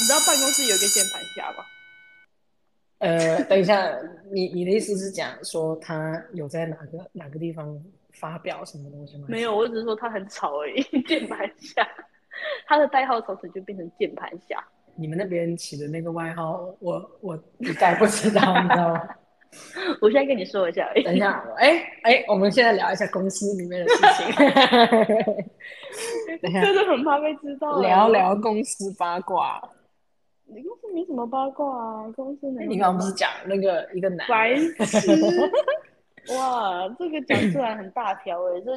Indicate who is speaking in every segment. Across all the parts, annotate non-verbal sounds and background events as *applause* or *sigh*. Speaker 1: 你知道办公室有一个键盘侠吗？
Speaker 2: 呃，等一下，你你的意思是讲说他有在哪个哪个地方发表什么东西吗？
Speaker 1: 没有，我只是说他很吵而已。 *laughs* 键盘侠，他的代号从此就变成键盘侠。
Speaker 2: 你们那边起的那个外号，我我一概不知道，你知道吗？
Speaker 1: 我现在跟你说一下而已。
Speaker 2: 等一下，哎哎，我们现在聊一下公司里面的事情。 *laughs* 等一下，
Speaker 1: 真的很怕被知道。
Speaker 2: *laughs*
Speaker 1: 啊
Speaker 2: 聊，聊公司八卦。
Speaker 1: 你公司没什么八卦啊，公司没。
Speaker 2: 哎你刚刚不是讲那个一个男
Speaker 1: *laughs*
Speaker 2: 的
Speaker 1: 白痴？哇，这个讲出来很大条诶、这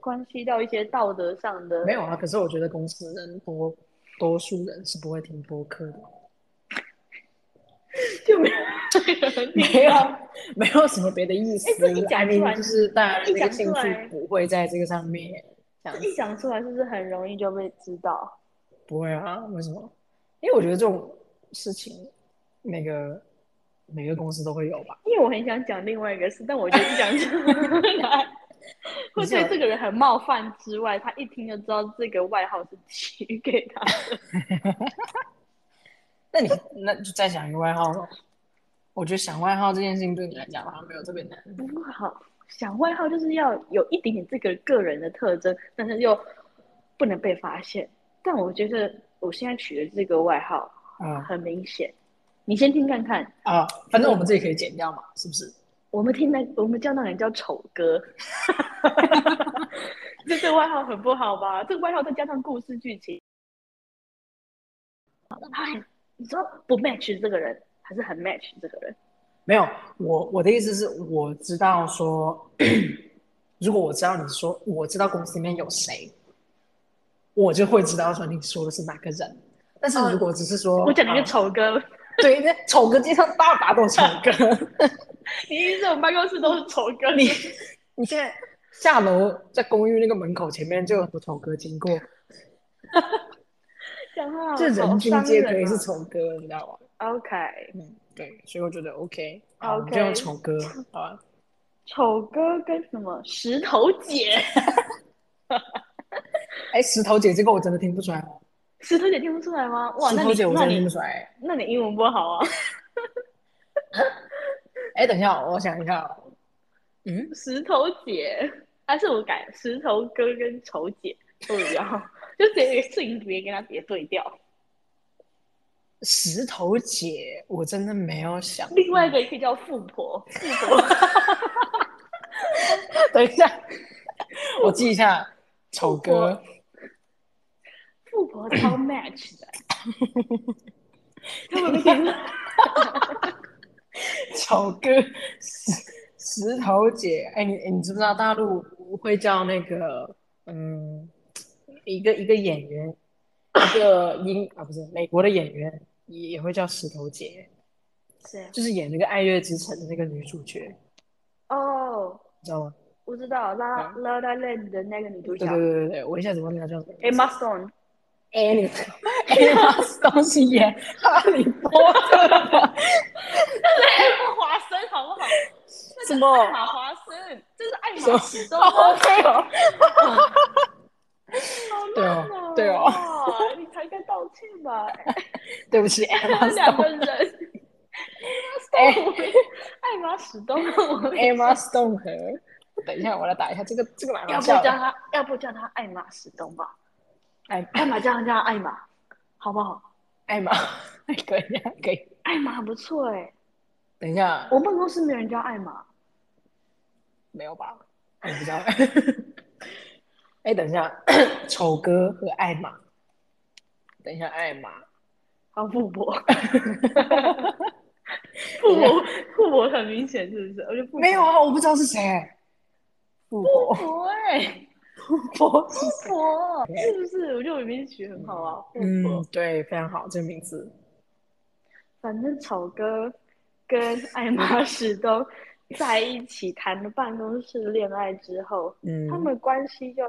Speaker 1: 关系到一些道德上的。
Speaker 2: 没有啊？可是我觉得公司人多，多数人是不会听播客的，
Speaker 1: 就没有。 *laughs*
Speaker 2: *laughs* 没有没有什么别的意思。
Speaker 1: 哎这一讲
Speaker 2: I mean，
Speaker 1: 出来
Speaker 2: 就是大家
Speaker 1: 一
Speaker 2: 那
Speaker 1: 讲
Speaker 2: 个兴
Speaker 1: 出
Speaker 2: 趣
Speaker 1: 来
Speaker 2: 不会在这个上面，这样子
Speaker 1: 一讲出来是不是很容易就被知道？
Speaker 2: 不会啊？为什么？因为我觉得这种事情，那个每个公司都会有吧。
Speaker 1: 因为我很想讲另外一个事，但我觉得一讲 *laughs* 出来会
Speaker 2: 你是
Speaker 1: 对
Speaker 2: 有
Speaker 1: 这个人很冒犯之外，他一听就知道这个外号是起给他的。
Speaker 2: 那你那就再想一个外号咯。我觉得想外号这件事情对你来讲好像没有特别难。
Speaker 1: *laughs* 不过好，想外号就是要有一点点这个个人的特征，但是又不能被发现。但我觉得我现在取的这个外号
Speaker 2: 啊
Speaker 1: 很明显，你先听看看。
Speaker 2: 啊，反正我们自己可以剪掉嘛，是不是？
Speaker 1: 我们听的，我们叫那个人叫丑
Speaker 2: *laughs*
Speaker 1: 哥，这这外号很不好吧？这个外号再加上故事剧情，哎，你说不 match 这个人，还是很 match 这个人？
Speaker 2: 没有，我我的意思是，我知道说， *clears throat* 如果我知道你说我知道公司里面有谁，我就会知道说你说的是哪个人。但是
Speaker 1: 哦
Speaker 2: 如果只是说，
Speaker 1: 我讲你
Speaker 2: 啊
Speaker 1: 个丑哥，
Speaker 2: 对，那丑哥街上大把都丑
Speaker 1: *laughs*
Speaker 2: 哥，
Speaker 1: 你一直我们办公室都是丑哥，
Speaker 2: 你你现在下楼在公寓那个门口前面就有很多丑哥经过，
Speaker 1: 讲话哦好
Speaker 2: 这人均
Speaker 1: 伤
Speaker 2: 皆
Speaker 1: 人
Speaker 2: 可以
Speaker 1: 啊
Speaker 2: 是丑哥，你知道吗？
Speaker 1: OK，
Speaker 2: 嗯，对，所以我觉得 OK，好，我们就用
Speaker 1: OK
Speaker 2: 丑哥，好啊吧？
Speaker 1: 丑哥跟什么石头姐？
Speaker 2: 哎，石头姐，这个我真的听不出来哦，
Speaker 1: 石头姐听不出来吗？哇，
Speaker 2: 石
Speaker 1: 那
Speaker 2: 头
Speaker 1: 你
Speaker 2: 姐我
Speaker 1: 那
Speaker 2: 真的听
Speaker 1: 你
Speaker 2: 不出来。
Speaker 1: 那你英文不好啊？
Speaker 2: 哎，等一下，我想一下哦，嗯，
Speaker 1: 石头姐，还是我改石头哥跟丑姐都一样， *laughs* 就直接性别跟他叠对调。
Speaker 2: 石头姐，我真的没有想。
Speaker 1: 另外一个也可以叫富婆，富婆
Speaker 2: *laughs* 等一下，我记一下，丑哥，
Speaker 1: 富婆 *laughs* 超 match 的，他们点 *laughs*
Speaker 2: 丑哥，石石头姐。哎，你哎你知不知道大陆会叫那个嗯，一个一个演员，一个英啊不是美国的演员也也会叫石头姐，
Speaker 1: 谁？
Speaker 2: 就是演那个《爱乐之城》的那个女主角，你
Speaker 1: 哦，
Speaker 2: 知道吗？
Speaker 1: 我知道拉拉拉 La n 的那个女主角
Speaker 2: 对对对对对，我一下子忘记她叫什么名字。
Speaker 1: ，Emma Stone。
Speaker 2: 哎，你 Emma Stone 是演哈利波特
Speaker 1: *laughs*
Speaker 2: 的，
Speaker 1: 爱马华生好不好？
Speaker 2: 什么
Speaker 1: 爱马华生，这是爱马仕都
Speaker 2: 对哦，对哦对哦，
Speaker 1: 哇你才该道歉 *laughs* 吧？
Speaker 2: 对不起
Speaker 1: 他
Speaker 2: ，Emma
Speaker 1: 们两个
Speaker 2: Stone。
Speaker 1: 人， *laughs* 爱马仕爱马仕都我
Speaker 2: Emma Stone 和，等一下，我来打一下这个这个蛮
Speaker 1: 要
Speaker 2: 好
Speaker 1: 不叫
Speaker 2: 笑的。
Speaker 1: 他，要不叫他爱马仕东吧？哎
Speaker 2: 艾
Speaker 1: 干嘛叫他叫爱马？好不好？
Speaker 2: 艾玛，可以啊，可以。
Speaker 1: 爱马很不错哎，
Speaker 2: 等一下，
Speaker 1: 我办公室没有人叫爱马，
Speaker 2: 没有吧？我不知道。哎，等一下，丑哥和艾玛。等一下，艾玛，
Speaker 1: 好富 *laughs* 婆。富婆，富婆很明显，是不是？我就
Speaker 2: 没有啊，我不知道是谁。富
Speaker 1: 富
Speaker 2: 婆，
Speaker 1: 婆哎。
Speaker 2: 富婆是谁？
Speaker 1: 婆是不是？我觉得我名字取得很好啊，富婆。
Speaker 2: 嗯，对，非常好，这个名字。
Speaker 1: 反正丑哥跟艾玛史东在一起谈了办公室恋爱之后，
Speaker 2: 嗯，
Speaker 1: 他们关系就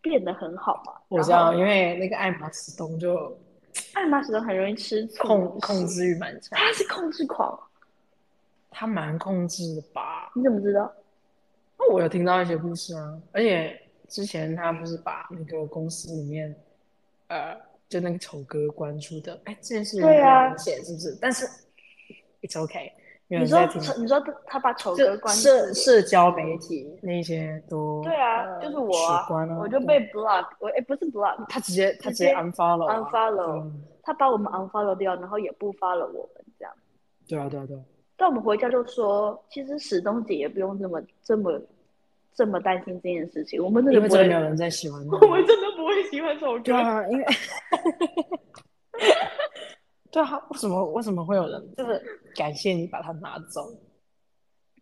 Speaker 1: 变得很好嘛。
Speaker 2: 我知
Speaker 1: 然
Speaker 2: 道，
Speaker 1: 后
Speaker 2: 因为那个艾玛史东就
Speaker 1: 艾玛史东很容易吃醋，
Speaker 2: 控控，制欲蛮强，
Speaker 1: 他是控制狂，
Speaker 2: 他蛮控制的吧？
Speaker 1: 你怎么知道？
Speaker 2: 那我有听到一些故事啊，而且之前他不是把那个公司里面，呃，就那个丑哥关出的，哎，这件事
Speaker 1: 对啊
Speaker 2: 很明显是不是？但是 it's okay，没有
Speaker 1: 你
Speaker 2: 人
Speaker 1: 说
Speaker 2: 在听。
Speaker 1: 你说他他把丑
Speaker 2: 社
Speaker 1: 哥关
Speaker 2: 社社交媒体那些都
Speaker 1: 对啊，
Speaker 2: 呃
Speaker 1: 就是我啊
Speaker 2: 取关啊，
Speaker 1: 我就
Speaker 2: 对
Speaker 1: 被 block，我哎不是 block，
Speaker 2: 他直接他
Speaker 1: 直
Speaker 2: 直接
Speaker 1: 接
Speaker 2: unfollow 啊
Speaker 1: unfollow
Speaker 2: 嗯
Speaker 1: 他把我们 unfollow 掉，然后也不 follow 我们这样。
Speaker 2: 对啊对啊对啊，
Speaker 1: 但我们回家就说，其实史东姐也不用这么这么这么担心这件事情，我们真的
Speaker 2: 因为
Speaker 1: 不
Speaker 2: 真的
Speaker 1: 会
Speaker 2: 没有，人在喜欢你。
Speaker 1: *laughs* 我们真的不会喜欢丑
Speaker 2: 对
Speaker 1: 哥。
Speaker 2: 啊，因为 *laughs* 对啊，为什么为什么会有人就是感谢你把他拿走？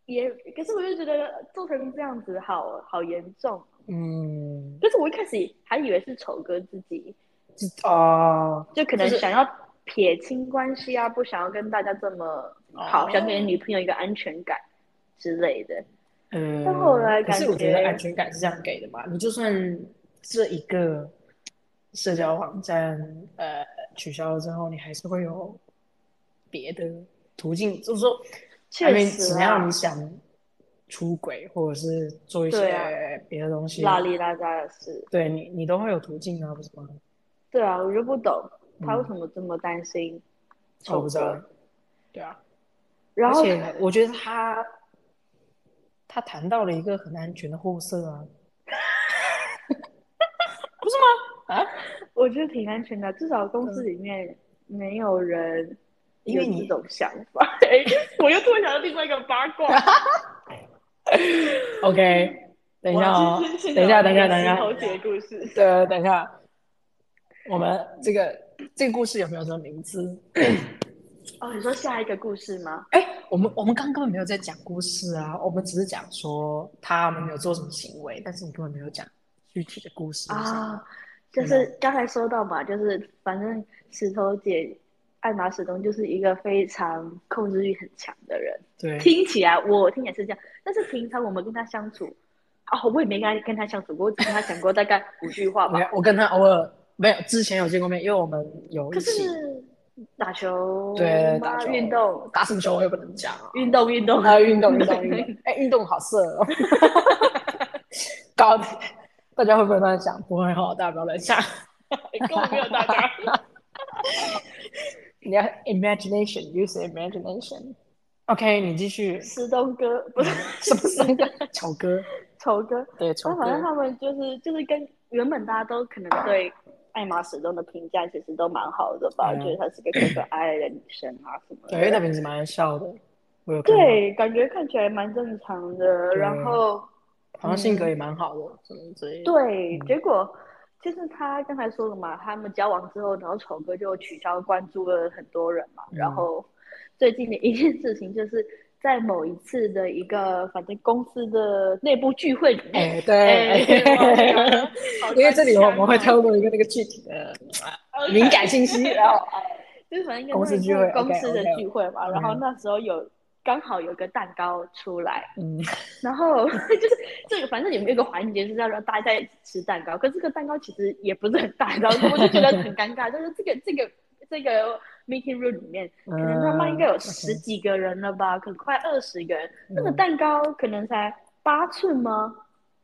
Speaker 1: 也，可是我就觉得做成这样子好好严重。
Speaker 2: 嗯，
Speaker 1: 就是我一开始还以为是丑哥自己，
Speaker 2: 这哦，
Speaker 1: 就可能
Speaker 2: 就是
Speaker 1: 想要撇清关系啊，不想要跟大家这么好，
Speaker 2: 哦
Speaker 1: 想给女朋友一个安全感之类的。
Speaker 2: 呃，
Speaker 1: 但后来
Speaker 2: 可是
Speaker 1: 感
Speaker 2: 我觉得
Speaker 1: 觉
Speaker 2: 安全感是这样给的嘛，你就算这一个社交网站呃取消了之后，你还是会有别的途径，就是说，
Speaker 1: 确
Speaker 2: 因为
Speaker 1: 实
Speaker 2: 只
Speaker 1: 啊
Speaker 2: 要你想出轨或者是做一
Speaker 1: 对啊
Speaker 2: 些别的东西，
Speaker 1: 拉里拉扎的事，
Speaker 2: 对你你都会有途径啊，不是吗？
Speaker 1: 对啊，我就不懂他
Speaker 2: 嗯
Speaker 1: 为什么这么担心
Speaker 2: 我
Speaker 1: 丑
Speaker 2: 不知
Speaker 1: 哥
Speaker 2: 道。，对啊，
Speaker 1: 然后
Speaker 2: 而且我觉得他他谈到了一个很安全的货色啊， *laughs* 不是吗？啊，
Speaker 1: *laughs* 我觉得挺安全的，至少公司里面没有人
Speaker 2: 嗯因
Speaker 1: 有
Speaker 2: 为
Speaker 1: 这
Speaker 2: 你
Speaker 1: 种想法。 *laughs* 哎我又突然想到另外一个八卦。
Speaker 2: OK，等一下
Speaker 1: *laughs*
Speaker 2: 哦
Speaker 1: 我先，先
Speaker 2: 等一下，
Speaker 1: 讲
Speaker 2: 等一下，等一
Speaker 1: 石头
Speaker 2: 下，
Speaker 1: 姐的故事。
Speaker 2: 对，啊等一 *laughs* 下，我们这个这个故事有没有什么名字？
Speaker 1: 哦，你说下一个故事吗？
Speaker 2: 哎，我们我们刚根本没有在讲故事啊，我们只是讲说他们有做什么行为，但是你根本没有讲具体的故事是什么
Speaker 1: 啊，就是刚才说到嘛，就是反正石头姐艾玛史东就是一个非常控制欲很强的人。
Speaker 2: 对，
Speaker 1: 听起来我听起来是这样，但是平常我们跟他相处，哦，我也没跟他跟他相处过，我只跟他讲过大概五句话吧。
Speaker 2: 我我跟他偶尔没有之前有见过面，因为我们有
Speaker 1: 可
Speaker 2: 一起
Speaker 1: 是打球，
Speaker 2: 对
Speaker 1: 妈
Speaker 2: 打球
Speaker 1: 运动，
Speaker 2: 打什么球我也不能讲啊，
Speaker 1: 运动，运动，
Speaker 2: 啊运动运动
Speaker 1: *laughs*
Speaker 2: 运动，哎运动好色哦，搞得大家会不会乱想？不会哈，大家不要乱想，
Speaker 1: 根本没有大家。
Speaker 2: 你要 imagination，use imagination。OK，你继续。
Speaker 1: *laughs* 石东哥不是
Speaker 2: 什么
Speaker 1: *laughs*
Speaker 2: 三个？丑哥，
Speaker 1: 丑哥，
Speaker 2: 对丑
Speaker 1: 那
Speaker 2: 哥
Speaker 1: 反，正他们就是就是跟原本大家都可能对艾玛史东的评价其实都蛮好的吧，
Speaker 2: 嗯
Speaker 1: 觉得她是个可可爱爱的女生啊什么的。
Speaker 2: 对，那名字蛮笑的，我有看到，
Speaker 1: 对，感觉看起来蛮正常的，
Speaker 2: 对啊嗯
Speaker 1: 然后。
Speaker 2: 好像性格也蛮好的，什么之类的。
Speaker 1: 对，
Speaker 2: 嗯
Speaker 1: 结果就是他刚才说了嘛，他们交往之后，然后丑哥就取消关注了很多人嘛。然
Speaker 2: 嗯
Speaker 1: 后最近的一件事情，就是在某一次的一个反正公司的内部聚会里面，
Speaker 2: 哎，
Speaker 1: 哎
Speaker 2: 对，
Speaker 1: 好
Speaker 2: 因为这里
Speaker 1: 官腔
Speaker 2: 我们会
Speaker 1: 哦
Speaker 2: 透露一个那个具体的呃敏感
Speaker 1: *laughs*
Speaker 2: 信息，然后
Speaker 1: 就是反正跟
Speaker 2: 公
Speaker 1: 他
Speaker 2: 司
Speaker 1: 们
Speaker 2: 聚
Speaker 1: 那个
Speaker 2: 会
Speaker 1: 公
Speaker 2: ，OK，
Speaker 1: 司的
Speaker 2: OK
Speaker 1: 聚会嘛。然后
Speaker 2: 嗯
Speaker 1: 那时候有刚好有个蛋糕出来，
Speaker 2: 嗯，
Speaker 1: 然后 *laughs* 就是这个，反正有没有一个环节是要让大家一起吃蛋糕，可是这个蛋糕其实也不是很大，然后我就觉得很尴尬。就是这个这个这个 meeting room 里面，可
Speaker 2: 可
Speaker 1: 能他妈应
Speaker 2: 嗯
Speaker 1: 该有十几个人了吧，可能快二十个人。那个蛋糕可能才八寸吗？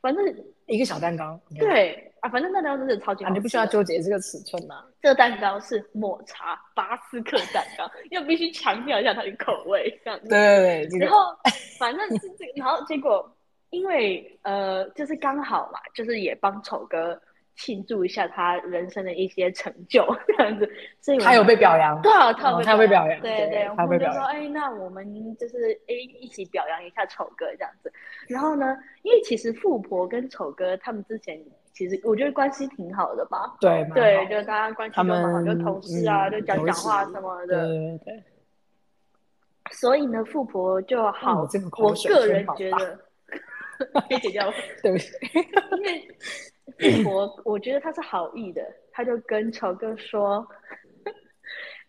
Speaker 1: 反正
Speaker 2: 一个小蛋糕，你看
Speaker 1: 对啊，反正蛋糕真的超级
Speaker 2: 啊，
Speaker 1: 好吃的。
Speaker 2: 你不需要纠结这个尺寸呐，
Speaker 1: 这个蛋糕是抹茶巴斯克蛋糕，要必须强调一下它的口味，这样子。
Speaker 2: 对对对，这
Speaker 1: 然
Speaker 2: 个
Speaker 1: 后反正是这个，然后结果因为呃，就是刚好嘛，就是也帮丑哥庆祝一下他人生的一些成就这样子，所以我
Speaker 2: 他有被表扬，
Speaker 1: 对啊，他有
Speaker 2: 哦他被表扬
Speaker 1: 对
Speaker 2: 对
Speaker 1: 我
Speaker 2: 他
Speaker 1: 们
Speaker 2: 被
Speaker 1: 就
Speaker 2: 表
Speaker 1: 说
Speaker 2: 扬
Speaker 1: 哎，那我们就是哎一起表扬一下丑哥这样子。然后呢，因为其实富婆跟丑哥他们之前其实我觉得关系挺好的吧。
Speaker 2: 对蛮
Speaker 1: 对，
Speaker 2: 好
Speaker 1: 就大家关系
Speaker 2: 他
Speaker 1: 都蛮好，
Speaker 2: 们
Speaker 1: 就同事啊，
Speaker 2: 嗯
Speaker 1: 就讲
Speaker 2: 同
Speaker 1: 讲
Speaker 2: 事
Speaker 1: 话什么
Speaker 2: 对
Speaker 1: 的。
Speaker 2: 对对对，
Speaker 1: 所以呢，富婆就好，
Speaker 2: 你这个口
Speaker 1: 我
Speaker 2: 水
Speaker 1: 个
Speaker 2: 声
Speaker 1: 人
Speaker 2: 好
Speaker 1: 觉
Speaker 2: 大
Speaker 1: 得 *laughs* 可以解掉吗，
Speaker 2: 对不起，
Speaker 1: 因为富
Speaker 2: *laughs*
Speaker 1: 婆我觉得她是好意的，她就跟丑哥说：“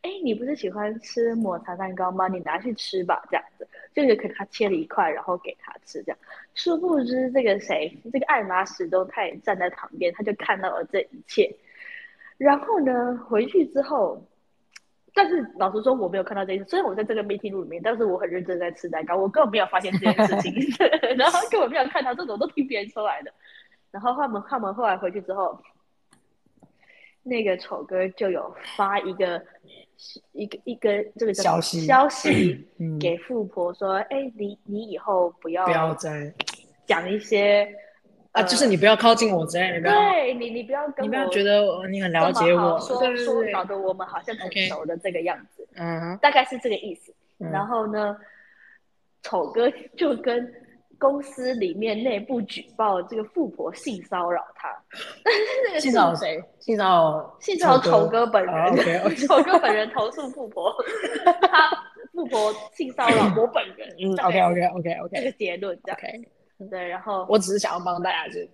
Speaker 1: 哎，你不是喜欢吃抹茶蛋糕吗？你拿去吃吧。”这样子，就是可能他切了一块，然后给他吃，这样。殊不知这个谁，这个艾玛史东，他也站在旁边，他就看到了这一切。然后呢，回去之后，但是老实说，我没有看到这件事。虽然我在这个 meeting room 里面，但是我很认真在吃蛋糕，我根本没有发现这件事
Speaker 2: *laughs*
Speaker 1: 情， *laughs* 然后根本没有看到，这种都听别人说来的。然后他们他们后来回去之后，那个丑哥就有发一个一个一个这个叫
Speaker 2: 消息
Speaker 1: 消息
Speaker 2: 嗯
Speaker 1: 给富婆说，哎、你你以后不要
Speaker 2: 不要再
Speaker 1: 讲一些呃
Speaker 2: 啊，就是你不要靠近我之类的，你不要，
Speaker 1: 对你你不要跟
Speaker 2: 你
Speaker 1: 我
Speaker 2: 不要觉得你很了解
Speaker 1: 这么好
Speaker 2: 我，
Speaker 1: 说
Speaker 2: 对对
Speaker 1: 说
Speaker 2: 对，
Speaker 1: 搞得我们好像很
Speaker 2: OK
Speaker 1: 熟的这个样子，
Speaker 2: 嗯哼，
Speaker 1: 大概是这个意思。
Speaker 2: 嗯
Speaker 1: 然后呢，丑哥就跟公司里面内部举报这个富婆性骚扰他， *laughs* 但是
Speaker 2: 性
Speaker 1: 那
Speaker 2: 骚
Speaker 1: 个
Speaker 2: 扰
Speaker 1: 是
Speaker 2: 谁？性骚扰
Speaker 1: 性骚扰丑
Speaker 2: 哥
Speaker 1: 哥本
Speaker 2: 啊，OK，
Speaker 1: *laughs* 人，丑哥本人投诉富婆， *laughs* 他富婆性骚扰我本人，
Speaker 2: 嗯
Speaker 1: 大
Speaker 2: ，OK
Speaker 1: 概
Speaker 2: OK OK
Speaker 1: 这个
Speaker 2: OK
Speaker 1: 结论这样
Speaker 2: OK，
Speaker 1: 对，然后
Speaker 2: 我只是想要帮大家就是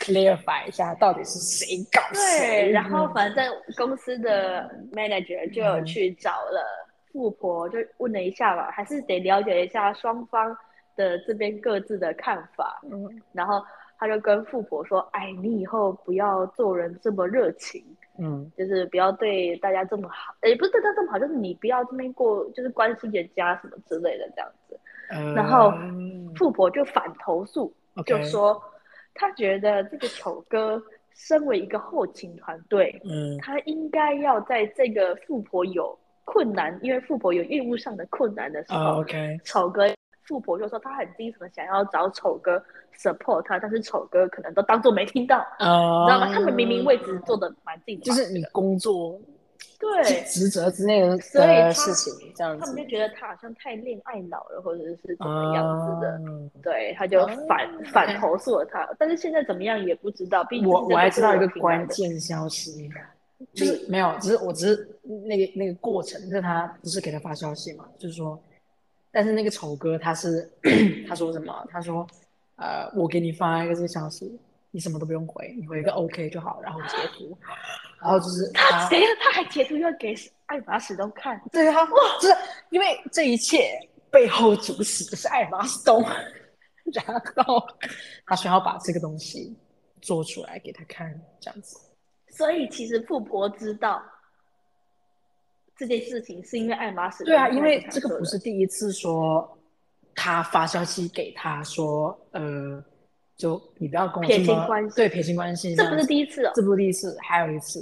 Speaker 2: clarify 一下，到底是谁搞谁，
Speaker 1: 对，然后
Speaker 2: 嗯
Speaker 1: 反正公司的 manager 就有去找了富婆，就问了一下嘛，还是得了解一下双方的这边各自的看法。
Speaker 2: 嗯
Speaker 1: 然后他就跟富婆说：“哎，你以后不要做人这么热情，
Speaker 2: 嗯
Speaker 1: 就是不要对大家这么好，也不是对大家这么好，就是你不要这边过，就是关心人家什么之类的这样子。”
Speaker 2: 呃
Speaker 1: 然后富婆就反投诉，就
Speaker 2: 嗯 OK
Speaker 1: 说她觉得这个丑哥身为一个后勤团队，
Speaker 2: 嗯
Speaker 1: 他应该要在这个富婆有困难，因为富婆有业务上的困难的时
Speaker 2: 啊
Speaker 1: 候，
Speaker 2: OK
Speaker 1: 丑哥富婆就说她很低沉的想要找丑哥 support 她，但是丑哥可能都当做没听到，
Speaker 2: 啊，
Speaker 1: 你知道吗？他们明明位置做的蛮近的嘛，
Speaker 2: 就是你工作
Speaker 1: 对，
Speaker 2: 职责之类的
Speaker 1: 所以
Speaker 2: 的
Speaker 1: 他
Speaker 2: 事情，这样
Speaker 1: 他
Speaker 2: 子
Speaker 1: 们就觉得他好像太恋爱脑了，或者是怎么
Speaker 2: 啊，
Speaker 1: 样子的。对，他就反、
Speaker 2: 哦
Speaker 1: 反
Speaker 2: OK
Speaker 1: 投诉了他，但是现在怎么样也不知道。毕竟
Speaker 2: 我
Speaker 1: 这
Speaker 2: 我还
Speaker 1: 是
Speaker 2: 知道一
Speaker 1: 我
Speaker 2: 个
Speaker 1: 平台
Speaker 2: 关
Speaker 1: 的，
Speaker 2: 键消息，就是没有，只是我只是那个那个过程，就是他不是给他发消息嘛，就是说，但是那个丑哥他是 *clears throat* 他说什么？他说，呃，我给你发一个这个消息，你什么都不用回，你回一个 OK 就好，然后截图，然后就是
Speaker 1: 他
Speaker 2: 他，
Speaker 1: 谁呀？ *laughs* 他还截图要给爱马仕都看，
Speaker 2: 对他，就是因为这一切背后主使的是爱马仕东， *laughs* 然后他想要把这个东西做出来给他看，这样子。
Speaker 1: 所以其实富婆知道这件事情是因为爱马仕。
Speaker 2: 对啊，因为这个不是第一次说他发消息给他说，呃，就你不要跟我
Speaker 1: 撇
Speaker 2: 这
Speaker 1: 清
Speaker 2: 么
Speaker 1: 关系
Speaker 2: 对撇清关系
Speaker 1: 这
Speaker 2: 样
Speaker 1: 不是
Speaker 2: 子，
Speaker 1: 第一次哦。
Speaker 2: 这不是第一次，还有一次，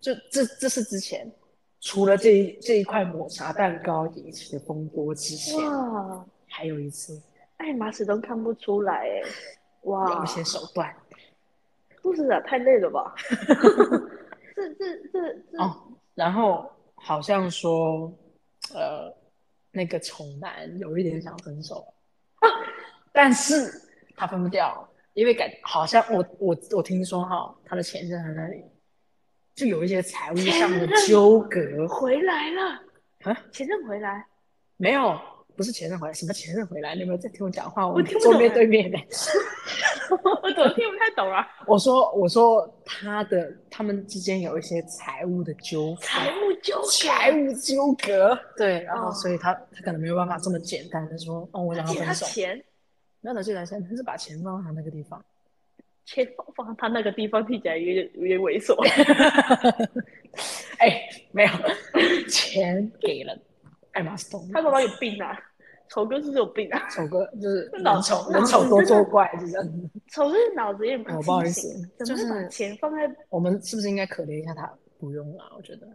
Speaker 2: 就这这是之前除了这一这一块抹茶蛋糕引起的风波之前，
Speaker 1: 哇，
Speaker 2: 还有一次
Speaker 1: 爱马仕都看不出来哎，
Speaker 2: 有
Speaker 1: 哇
Speaker 2: 一，些手段
Speaker 1: 不是啊，太累了吧？ *laughs* 这这这这
Speaker 2: 哦，然后好像说，呃，那个丑男有一点想分手， *laughs* 但是他分不掉，因为感好像我我我听说哈，他的前任在那里就有一些财务上的
Speaker 1: 前任
Speaker 2: 纠葛
Speaker 1: 回来了
Speaker 2: 啊，
Speaker 1: 前任回来，
Speaker 2: 没有，不是前任回来，什么前任回来？你有没有在听我讲话？我们
Speaker 1: 听不
Speaker 2: 坐
Speaker 1: 懂
Speaker 2: 面
Speaker 1: 哎
Speaker 2: 对面的。 *laughs* 哦
Speaker 1: 我怎么听不太懂啊？
Speaker 2: 我说我说他的他们之间有一些财务的纠
Speaker 1: *laughs*
Speaker 2: 纷。
Speaker 1: 财务纠
Speaker 2: 财
Speaker 1: 葛，
Speaker 2: 务纠葛，对，然后
Speaker 1: 哦
Speaker 2: 所以他他可能没有办法这么简单的说，哦，我想要
Speaker 1: 借他
Speaker 2: 分手，
Speaker 1: 钱，
Speaker 2: 没有拿去拿钱，他是把钱放到他那个地方，
Speaker 1: 钱放放他那个地方听起来有点有点猥
Speaker 2: *laughs*
Speaker 1: 琐。
Speaker 2: 哎，没有，钱给了爱马仕东，
Speaker 1: 他妈妈有病啊！丑哥是不是有病啊？
Speaker 2: 丑哥就是
Speaker 1: 脑
Speaker 2: 人丑
Speaker 1: 脑
Speaker 2: 人 *laughs* 丑多作怪，就是这样子。
Speaker 1: 丑哥脑子有点
Speaker 2: 哦
Speaker 1: 不
Speaker 2: 不好意
Speaker 1: 清
Speaker 2: 思
Speaker 1: 醒，怎
Speaker 2: 就
Speaker 1: 么会
Speaker 2: 是
Speaker 1: 把钱放在
Speaker 2: 我们是不是应该可怜一下他？不用啦，我觉得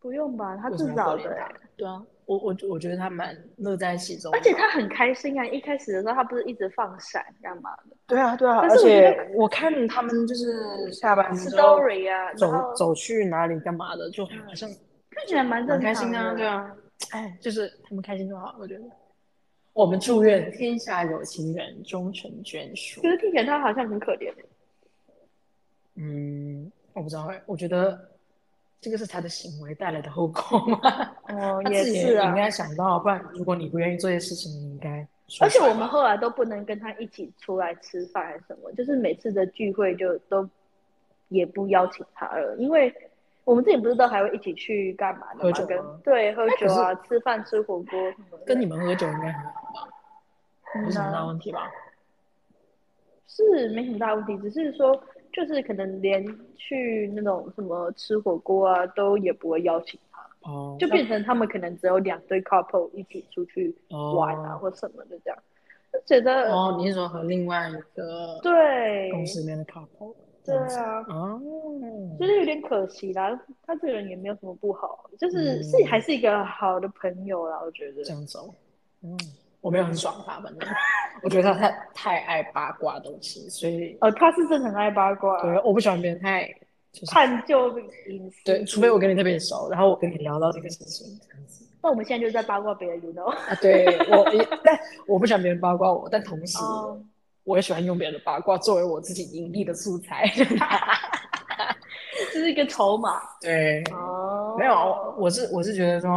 Speaker 1: 不用吧，他
Speaker 2: 为
Speaker 1: 自
Speaker 2: 什么
Speaker 1: 找
Speaker 2: 要可
Speaker 1: 的
Speaker 2: 怜
Speaker 1: 欸、
Speaker 2: 他？对啊，我我我觉得他蛮乐在其中的，
Speaker 1: 而且他很开心啊！一开始的时候，他不是一直放闪干嘛的
Speaker 2: 对啊对啊，
Speaker 1: 但
Speaker 2: 而
Speaker 1: 是我觉
Speaker 2: 且
Speaker 1: 得
Speaker 2: 我看他们就是下班之后。嗯
Speaker 1: ？Story 啊，然
Speaker 2: 走
Speaker 1: 后
Speaker 2: 走去哪里干嘛的，就好像
Speaker 1: 看起来蛮
Speaker 2: 很
Speaker 1: 正
Speaker 2: 开
Speaker 1: 常
Speaker 2: 心啊，
Speaker 1: 的
Speaker 2: 对啊，哎，就是他们开心就好，我觉得。我们祝愿天下有情人终成眷属
Speaker 1: 可。是听起来他好像很可怜。
Speaker 2: 嗯，我不知道哎，我觉得这个是他的行为带来的后果嘛，
Speaker 1: 哦
Speaker 2: 他
Speaker 1: 也
Speaker 2: 自己
Speaker 1: 是
Speaker 2: 也应
Speaker 1: 啊。
Speaker 2: 该想到，不然如果你不愿意做这些事情，你应该说
Speaker 1: 而且
Speaker 2: 出来
Speaker 1: 我们后来都不能跟他一起出来吃饭还是什么，就是每次的聚会就都也不邀请他了，因为我们之前不是都还会一起去干嘛的
Speaker 2: 喝
Speaker 1: 嘛？
Speaker 2: 酒
Speaker 1: 跟
Speaker 2: 吗哎
Speaker 1: 对喝酒啊，吃饭吃火锅什么的
Speaker 2: 跟你们喝酒应该很好吧，没什么
Speaker 1: 嗯啊
Speaker 2: 大问题吧？
Speaker 1: 是没什么大问题，只是说就是可能连去那种什么吃火锅啊，都也不会邀请他，
Speaker 2: 哦，
Speaker 1: 就变成他们可能只有两对 couple 一起出去玩啊、
Speaker 2: 哦
Speaker 1: 或什么的这样，就觉得、
Speaker 2: 哦，你是说和另外一个
Speaker 1: 对
Speaker 2: 公司里面的 couple？
Speaker 1: 对啊，
Speaker 2: 哦，
Speaker 1: 就是有点可惜啦。他这个人也没有什么不好，就是、是
Speaker 2: 嗯
Speaker 1: 还是一个好的朋友啦，我觉得
Speaker 2: 这。样子哦，嗯，我没有很爽他，反正 *laughs* 我觉得他太太爱八卦东西，所以
Speaker 1: 呃，他是真的很爱八卦，
Speaker 2: 对，哦我不喜欢别人太就是
Speaker 1: 探究隐私。
Speaker 2: 对，除非我跟你特别熟，然后我跟你聊到这个事情，这样子
Speaker 1: 那我们现在就在八卦别人，you know？
Speaker 2: 啊，对我也， *laughs* 但我不喜欢别人八卦我，但同时
Speaker 1: 哦
Speaker 2: 我也喜欢用别人的八卦作为我自己盈利的素材。 *laughs*
Speaker 1: 这是一个筹码
Speaker 2: 对，
Speaker 1: 哦。
Speaker 2: 没有，啊我我是我是觉得说，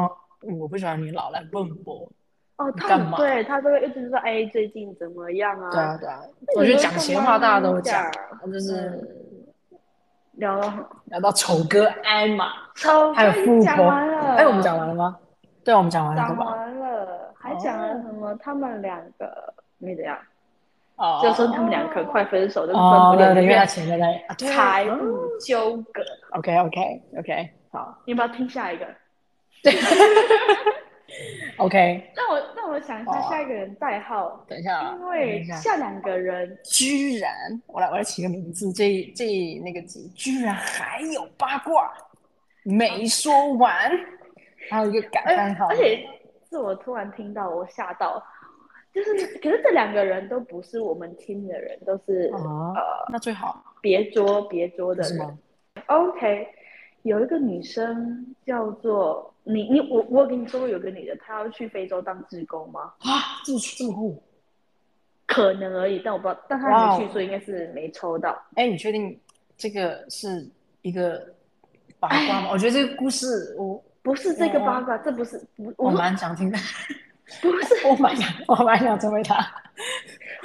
Speaker 2: 嗯我不喜欢你老来问我。
Speaker 1: 哦，他
Speaker 2: 干
Speaker 1: 很
Speaker 2: 嘛
Speaker 1: 对他都会一直说，哎，最近怎么样啊？
Speaker 2: 对啊，对啊，
Speaker 1: 那
Speaker 2: 我
Speaker 1: 你
Speaker 2: 觉得
Speaker 1: 都
Speaker 2: 讲
Speaker 1: 干
Speaker 2: 闲
Speaker 1: 嘛
Speaker 2: 话大家
Speaker 1: 呢
Speaker 2: 都讲，就是
Speaker 1: 嗯聊了很
Speaker 2: 聊到丑哥哎艾玛，
Speaker 1: 超，
Speaker 2: 还有
Speaker 1: 都已
Speaker 2: 富
Speaker 1: 经讲
Speaker 2: 婆
Speaker 1: 完了，
Speaker 2: 哎，我们讲完了吗？对啊，我们讲完了对
Speaker 1: 啊讲
Speaker 2: 吧？
Speaker 1: 完了，还讲了什么？他们两个没怎样，
Speaker 2: 哦，
Speaker 1: 就说他们两个快分手，都分
Speaker 2: 哦，
Speaker 1: 不
Speaker 2: 对
Speaker 1: 了
Speaker 2: 对，因为他
Speaker 1: 为
Speaker 2: 前面在啊，对
Speaker 1: 财务纠葛。
Speaker 2: ，OK OK OK，好
Speaker 1: 你要不要听下一个？
Speaker 2: ，OK，
Speaker 1: 那我那我想一下
Speaker 2: 哦
Speaker 1: 下一个人代号，
Speaker 2: 等一下啊，
Speaker 1: 因
Speaker 2: 等
Speaker 1: 为
Speaker 2: 一下。
Speaker 1: 下两个人
Speaker 2: 居然，我来我来起个名字，这这那个集居然还有八卦没说完，还有一个感
Speaker 1: 而
Speaker 2: 叹号，
Speaker 1: 哎而且是我突然听到，我吓到，就是可是这两个人都不是我们 team 的人，都是
Speaker 2: 啊，
Speaker 1: 呃
Speaker 2: 那最好
Speaker 1: 别桌别桌的
Speaker 2: 是
Speaker 1: 人。
Speaker 2: 吗？
Speaker 1: OK，有一个女生叫做你你我我有跟你说过有个女的，她要去非洲当志工吗？
Speaker 2: 啊，这么这么酷！
Speaker 1: 可能而已，但我不知道，但她
Speaker 2: 哇
Speaker 1: 还
Speaker 2: 哦
Speaker 1: 没去，所以应该是没抽到。
Speaker 2: 哎，你确定这个是一个八卦
Speaker 1: 哎
Speaker 2: 吗？我觉得这个故事我
Speaker 1: 不是这个
Speaker 2: 哦
Speaker 1: 八卦，这不是不
Speaker 2: 我
Speaker 1: 我说
Speaker 2: 蛮想听 *laughs* 的，
Speaker 1: 不是，
Speaker 2: 我蛮想我蛮想成为他。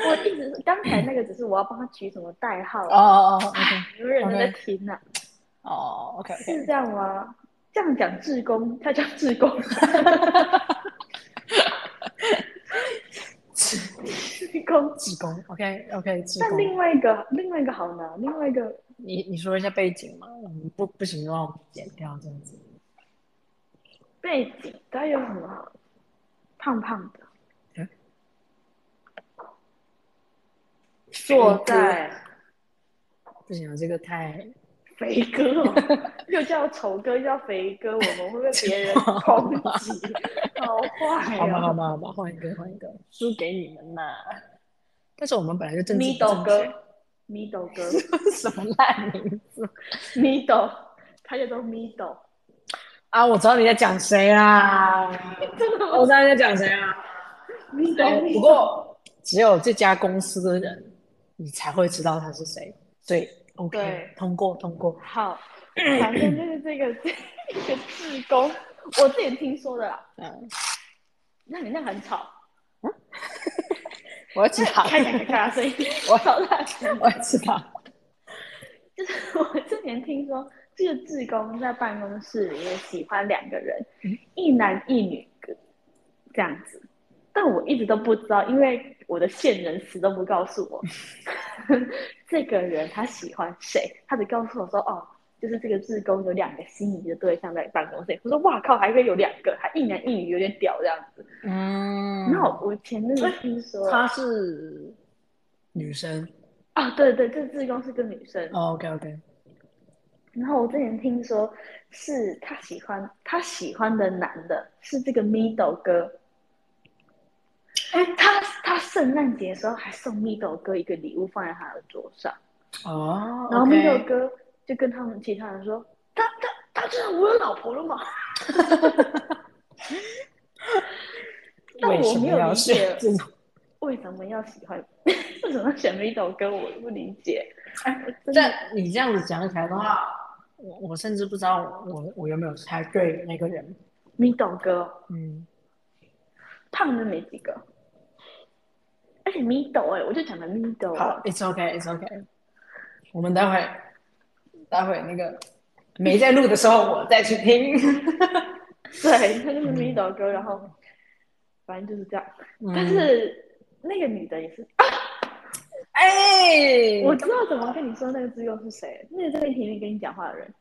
Speaker 1: 我一直是刚才那个只是我要帮她取什么代号啊
Speaker 2: 哦，哦哦，OK，
Speaker 1: 有人在
Speaker 2: OK
Speaker 1: 听呢、
Speaker 2: 哦，OK
Speaker 1: 是
Speaker 2: OK，
Speaker 1: 这样吗？这样讲志工，他叫志工，志工。
Speaker 2: 志工，OK OK，志
Speaker 1: 但
Speaker 2: 工，
Speaker 1: 另外一个，另外一个好难，另外一个
Speaker 2: 你你说一下背景嘛？嗯不不行的话，我们剪掉这样子。
Speaker 1: 背景，他有什么好？胖胖的，
Speaker 2: 嗯
Speaker 1: 坐在
Speaker 2: 不行啊，这个太
Speaker 1: 肥哥、
Speaker 2: *laughs*
Speaker 1: 哦，又叫丑哥，又叫肥哥，我们会被别人攻击，好坏
Speaker 2: 好吧，好
Speaker 1: 哦。
Speaker 2: 吧，好吧，换一个，换一个，输给你们啦。但是我们本来就正
Speaker 1: 米
Speaker 2: 经
Speaker 1: 豆哥，米豆哥，
Speaker 2: *laughs* 什么烂名字
Speaker 1: 米豆，他叫做米豆。
Speaker 2: 啊？我知道你在讲谁啦，我知道你在讲谁啦。
Speaker 1: 米豆
Speaker 2: 哦哎，，不过只有这家公司的人，你才会知道他是谁，所以 OK，
Speaker 1: 对
Speaker 2: 通过，通过。
Speaker 1: 好，反正就是这个 *laughs* 这个志工，我之前听说的啦。
Speaker 2: 嗯，
Speaker 1: 那你那很吵，
Speaker 2: 我要知道，
Speaker 1: 咔咔咔咔声音，
Speaker 2: *laughs* 我
Speaker 1: 吵大声。
Speaker 2: 我要知道。
Speaker 1: 就是我之前听说，这个志工在办公室里面喜欢两个人，一男一女这样子，但我一直都不知道，因为我的线人死都不告诉我这个人他喜欢谁，他只告诉我说哦。就是这个志工有两个心仪的对象在办公室里，我说哇靠，还可以有两个，还一男一女，有点屌这样子。
Speaker 2: 嗯哎
Speaker 1: 然后我呃前阵子听说
Speaker 2: 她是女生。
Speaker 1: 啊、对对，这志工是个女生，
Speaker 2: 哦，OK OK，
Speaker 1: 然后我之前听说是他喜欢他喜欢的男的是这个 Middle 哥，哎，他他圣诞节的时候还送 Middle 哥一个礼物放在他的桌上，
Speaker 2: 哦
Speaker 1: 然后
Speaker 2: OK
Speaker 1: Middle 哥就跟他们其他人说，他他他知道我有老婆了吗？但
Speaker 2: 为
Speaker 1: 我
Speaker 2: 什
Speaker 1: 没
Speaker 2: 么
Speaker 1: 有
Speaker 2: 要
Speaker 1: 理
Speaker 2: 选
Speaker 1: 解
Speaker 2: 这种？
Speaker 1: 为什么要喜欢？ *laughs* 为什么要选 Middle 哥？我不理解。
Speaker 2: 哎
Speaker 1: 真的
Speaker 2: 但你这样子讲起来的话，我我甚至不知道我我有没有猜对那个人。
Speaker 1: Middle 哥
Speaker 2: 嗯，
Speaker 1: 胖的没几个，而且 Middle 哎、我就讲了 Middle
Speaker 2: 好
Speaker 1: 啊
Speaker 2: ，It's OK，It's OK。我们待会待会那个没在录的时候，我再去听。
Speaker 1: *laughs* 对，他就是 middle 哥，然后反正就是这样。
Speaker 2: 嗯
Speaker 1: 但是那个女的也是，
Speaker 2: 哎，
Speaker 1: 我知道怎么跟你说那个志工是谁，那个在前面跟你讲话的人。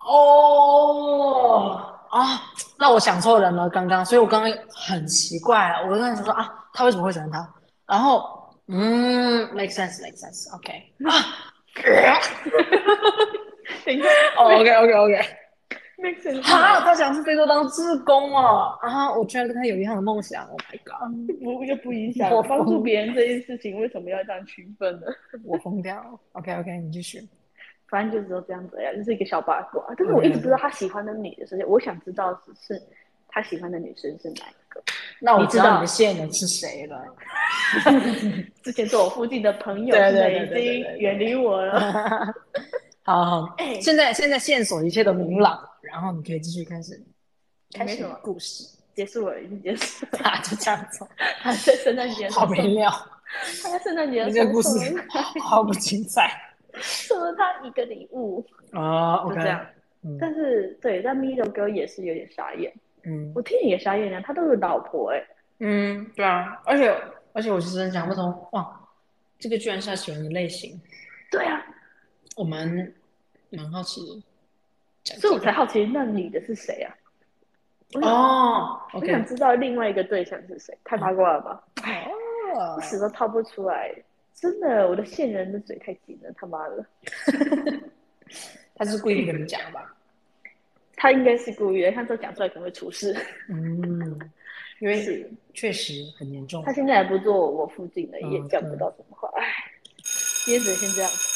Speaker 2: 哦啊，那我想错人了，刚刚，所以我刚刚很奇怪，我刚才想说啊，他为什么会喜欢他？然后，嗯，make *laughs* sense，make sense，OK、啊，
Speaker 1: 等一下
Speaker 2: 哦，OK OK OK。
Speaker 1: ，make sense
Speaker 2: *laughs* 啊，他想去非洲当志工哦！啊，我居然跟他有一样的梦想，Oh my god！
Speaker 1: 嗯不又不影响
Speaker 2: 我
Speaker 1: 帮助
Speaker 2: 疯
Speaker 1: 别人这件事情，为什么要这样区分呢？ *laughs*
Speaker 2: 我疯掉了。OK OK，你继续。
Speaker 1: 反正就只有这样子呀，就是一个小八卦。但是我一直不知
Speaker 2: 嗯
Speaker 1: 道他喜欢的女的是谁，我想知道是是他喜欢的女生是哪一个。
Speaker 2: 那我
Speaker 1: 你知
Speaker 2: 知道
Speaker 1: 道
Speaker 2: 你的线人是谁 *laughs* 了。
Speaker 1: 之前做我附近的朋友，
Speaker 2: 对对
Speaker 1: 现在已
Speaker 2: 对对对哦
Speaker 1: 经
Speaker 2: 对
Speaker 1: 远离我了。
Speaker 2: 好好，
Speaker 1: 哎，
Speaker 2: 现在现在线索一切都明朗了，然后你可以继续开始
Speaker 1: 开
Speaker 2: 开
Speaker 1: 始
Speaker 2: 始你
Speaker 1: 吗
Speaker 2: 的故事。 *laughs*
Speaker 1: 结束了，已经结束了。
Speaker 2: 啊，就这样 *laughs* 子，
Speaker 1: 他 *laughs* 在圣诞节的时
Speaker 2: 好
Speaker 1: 候，
Speaker 2: 没料，
Speaker 1: 他在圣诞节的
Speaker 2: 你
Speaker 1: 时
Speaker 2: 这
Speaker 1: 候
Speaker 2: 个故事
Speaker 1: *laughs* 送了
Speaker 2: 好不精彩
Speaker 1: 送了他一个礼物，
Speaker 2: *laughs* 啊。
Speaker 1: 就
Speaker 2: OK，
Speaker 1: 这样。
Speaker 2: 嗯
Speaker 1: 但是对，但 Milo 哥也是有点傻眼，
Speaker 2: 嗯
Speaker 1: 我听你也傻眼啊，他都有老婆哎、
Speaker 2: 嗯，对啊，而且而且我其实很想不通，哇，这个居然是他喜欢的类型，
Speaker 1: 对啊，
Speaker 2: 我蛮蛮好奇的。讲
Speaker 1: 所以我
Speaker 2: 这
Speaker 1: 才
Speaker 2: 个
Speaker 1: 好奇那女的是谁啊？我想
Speaker 2: 哦
Speaker 1: 我
Speaker 2: ，OK，
Speaker 1: 想知道另外一个对象是谁，太八卦了吧？
Speaker 2: 哦
Speaker 1: 我死都套不出来，真的，我的线人的嘴太紧了，他妈的！
Speaker 2: 他是故意跟你讲吧？
Speaker 1: 他应该是故意的，他这讲出来可能会出事。
Speaker 2: 嗯，因为确实很严重
Speaker 1: 他。现在也不坐我附近了，也
Speaker 2: 嗯
Speaker 1: 讲不到什么话。唉，今天只能先这样子。